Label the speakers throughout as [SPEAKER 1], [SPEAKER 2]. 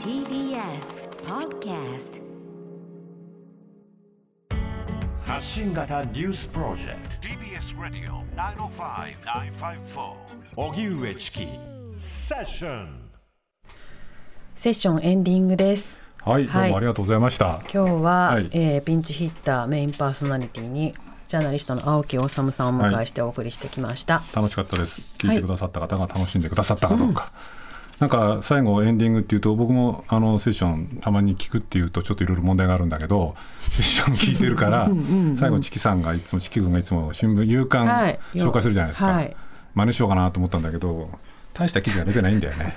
[SPEAKER 1] TBS Podcast
[SPEAKER 2] 発信型ニュースプロジェク
[SPEAKER 3] TBS Radio 905 954.
[SPEAKER 2] ト荻上チキセッション
[SPEAKER 4] セッションエンディングです。
[SPEAKER 5] はい、どうもあり
[SPEAKER 4] 今
[SPEAKER 5] がとうございました。
[SPEAKER 4] 日は、
[SPEAKER 5] はい
[SPEAKER 4] えーピンチヒッターメインパーソナリティにジャーナリストの青木治さんをお迎えしてお送りしてきました。
[SPEAKER 5] 楽しかったです。聞
[SPEAKER 4] はいい
[SPEAKER 5] てくださった方が楽しんでくださったかどうか。なんか最後エンディングっていうと僕もあのセッションたまに聞くっていうとちょっといろいろ問題があるんだけどセッション聞いてるから最後チキさんがいつもチキ君がいつも新聞夕刊
[SPEAKER 4] はい
[SPEAKER 5] 紹介するじゃないですか、
[SPEAKER 4] はい
[SPEAKER 5] 真似しようかなと思ったんだけど大した記事が出てないんだよね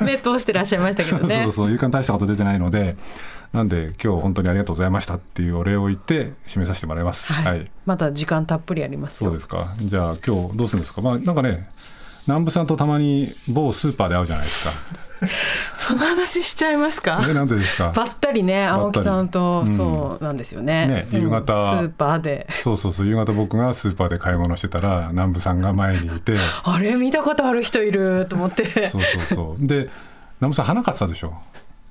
[SPEAKER 4] 目通してらっしゃいましたけ
[SPEAKER 5] そ
[SPEAKER 4] ど
[SPEAKER 5] う
[SPEAKER 4] ね。
[SPEAKER 5] そうそう夕刊大したこと出てないのでなんで今日本当にありがとうございましたっていうお礼を言って締めさせてもらいます。
[SPEAKER 4] はい、まだ時間たっぷりあります
[SPEAKER 5] そう
[SPEAKER 4] よ。
[SPEAKER 5] ですか。じゃあ今日どうするんですか。まあなんかね、南部さんとたまに某スーパーで会うじゃないですか。
[SPEAKER 4] その話しちゃいますか
[SPEAKER 5] え。なんでですか
[SPEAKER 4] ば。ったりね、青木さんと、
[SPEAKER 5] ばったりうん
[SPEAKER 4] そうなんですよね。
[SPEAKER 5] ね
[SPEAKER 4] うん
[SPEAKER 5] 夕方
[SPEAKER 4] スーパーで、
[SPEAKER 5] そうそうそう。夕方僕がスーパーで買い物してたら南部さんが前にいて、
[SPEAKER 4] あれ見たことある人いると思って
[SPEAKER 5] そ、うそうそう。で南部さん花買ってたでしょ。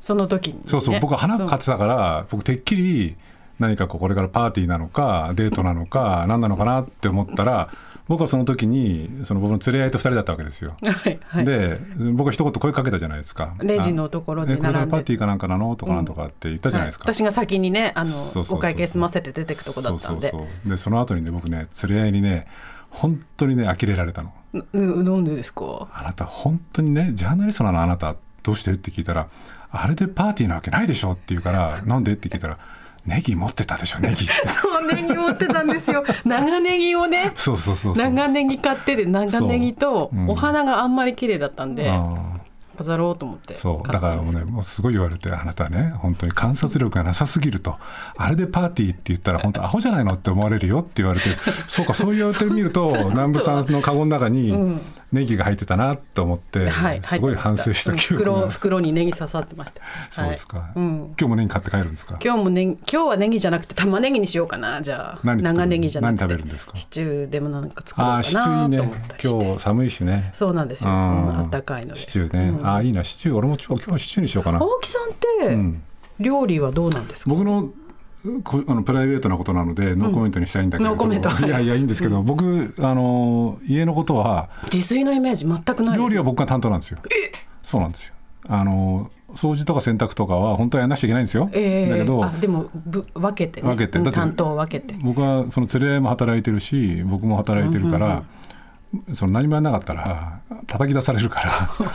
[SPEAKER 4] その時に、ね。。
[SPEAKER 5] そうそう。僕は花買っててたから、僕てっきり何かこうこれからパーティーなのかデートなのか何なのかなって思ったら、僕はその時にその僕の連れ合いと二人だったわけですよ。
[SPEAKER 4] はいはい。
[SPEAKER 5] で僕は一言声かけたじゃないですか
[SPEAKER 4] レジのところで
[SPEAKER 5] あえこれか
[SPEAKER 4] 並
[SPEAKER 5] ら
[SPEAKER 4] んで
[SPEAKER 5] パーティーかなんかなのとかなんとかって言ったじゃないですか、
[SPEAKER 4] はい私が先にねあの
[SPEAKER 5] そうそうそう
[SPEAKER 4] お会計済ませて出てくとこだったんで
[SPEAKER 5] そうそうそうでその後にね僕ね連れ合いにね本当にね呆れられたの
[SPEAKER 4] ううなんでですか
[SPEAKER 5] あなた本当にねジャーナリストなのあなたどうしてって聞いたらあれでパーティーなわけないでしょって言うからなんでって聞いたらネギ持ってたでしょネ ギって
[SPEAKER 4] そうネギ持ってたんです よ長ネギをね
[SPEAKER 5] そうそうそうそう
[SPEAKER 4] 長ネギ買ってで長ネギと
[SPEAKER 5] そううん
[SPEAKER 4] お花があんまり綺麗だったんで
[SPEAKER 5] あー
[SPEAKER 4] 飾ろうと思って買っ
[SPEAKER 5] そう
[SPEAKER 4] た
[SPEAKER 5] だから
[SPEAKER 4] んで
[SPEAKER 5] もう
[SPEAKER 4] す
[SPEAKER 5] ねもうすごい言われてあなたね本当に観察力がなさすぎるとあれでパーティーって言ったら本当アホじゃないのって思われるよって言われて そうかそう言われてみる と南部さんのカゴの中にネギが入ってたなと思って、
[SPEAKER 4] はい
[SPEAKER 5] すごい反省した記
[SPEAKER 4] 記
[SPEAKER 5] 憶
[SPEAKER 4] 憶袋
[SPEAKER 5] が、
[SPEAKER 4] 袋にネギ刺さってました
[SPEAKER 5] そうですか、
[SPEAKER 4] はいうん
[SPEAKER 5] 今、日もネギ買って帰るんですか
[SPEAKER 4] 今日もネギ今日はネギじゃなくて玉ねぎにしようかなじゃあ
[SPEAKER 5] 何作る
[SPEAKER 4] 長ネギじゃなくて
[SPEAKER 5] 何食べるんですか
[SPEAKER 4] シチューでもなんか作ろ
[SPEAKER 5] あ
[SPEAKER 4] う
[SPEAKER 5] あシチ
[SPEAKER 4] か
[SPEAKER 5] ューい
[SPEAKER 4] ないと
[SPEAKER 5] ね
[SPEAKER 4] 思ったりして
[SPEAKER 5] 今日寒いしね
[SPEAKER 4] そうなんですよ、う
[SPEAKER 5] うん
[SPEAKER 4] んあったかいので
[SPEAKER 5] シチューね、ああいいなシチュー俺も今日今日シチューにしようかな
[SPEAKER 4] 青木さんって、
[SPEAKER 5] ん
[SPEAKER 4] 料理はどうなんですか
[SPEAKER 5] 僕のこあのプライベートなことなのでノーコメントにしたいんだけれ
[SPEAKER 4] ノ
[SPEAKER 5] ど、
[SPEAKER 4] ーコメントはい
[SPEAKER 5] いやいやいいんですけど、僕あの家のことは
[SPEAKER 4] 自炊のイメージ全くないです
[SPEAKER 5] 料理は僕が担当なんですよそうなんですよあの掃除とか洗濯とかは本当はやらなきゃいけないんですよ、
[SPEAKER 4] えー
[SPEAKER 5] だけど
[SPEAKER 4] あでもぶ分けて、ね、
[SPEAKER 5] 分けて
[SPEAKER 4] うん
[SPEAKER 5] だって
[SPEAKER 4] 担当を分けて
[SPEAKER 5] 僕はその連れ合いも働いてるし僕も働いてるから、その何もやらなかったら叩き出されるから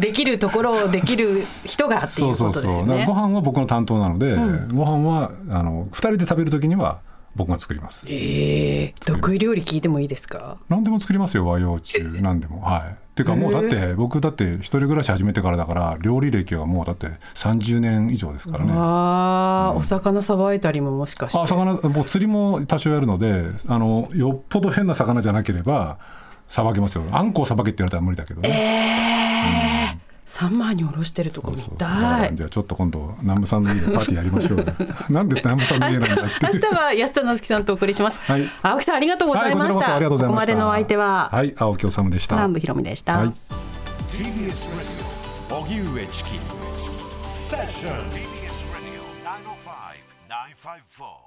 [SPEAKER 4] できるところをできる人がっていうことですよ
[SPEAKER 5] だか
[SPEAKER 4] ね
[SPEAKER 5] らご飯は僕の担当なので、ご飯はあの2人で食べる時には僕が作ります
[SPEAKER 4] えー得意料理聞いてもいいですか
[SPEAKER 5] 何でも作りますよ和洋 中何でもはいてかもうだって僕だって一人暮らし始めてからだから料理歴はもうだって30年以上ですからねあ
[SPEAKER 4] あー、お魚さばいたりももしかして
[SPEAKER 5] 魚もう釣りも多少やるのであのよっぽど変な魚じゃなければさばけますよあんこをさばけって言われたら無理だけどね、
[SPEAKER 4] えー、三枚におろしてるとこ見
[SPEAKER 5] そうだか
[SPEAKER 4] た
[SPEAKER 5] ら
[SPEAKER 4] い
[SPEAKER 5] じゃあちょっと今度南部さんの家でパーティーやりましょうよ なんで南部さんの家なんだって
[SPEAKER 4] 明日は安田なつきさんとお送りします、
[SPEAKER 5] はい
[SPEAKER 4] 青木さんありがとうございま
[SPEAKER 5] は
[SPEAKER 4] し
[SPEAKER 5] いこちらこそ
[SPEAKER 4] た,、
[SPEAKER 5] ありがとうござい
[SPEAKER 4] こ
[SPEAKER 5] ま
[SPEAKER 4] ま
[SPEAKER 5] した
[SPEAKER 4] でのお相手は、
[SPEAKER 5] はい青木治でした
[SPEAKER 4] 南部ひろみでした、
[SPEAKER 5] はい
[SPEAKER 3] TBS Radio 荻上
[SPEAKER 2] oh
[SPEAKER 3] チキセッション TBS Radio 905 954.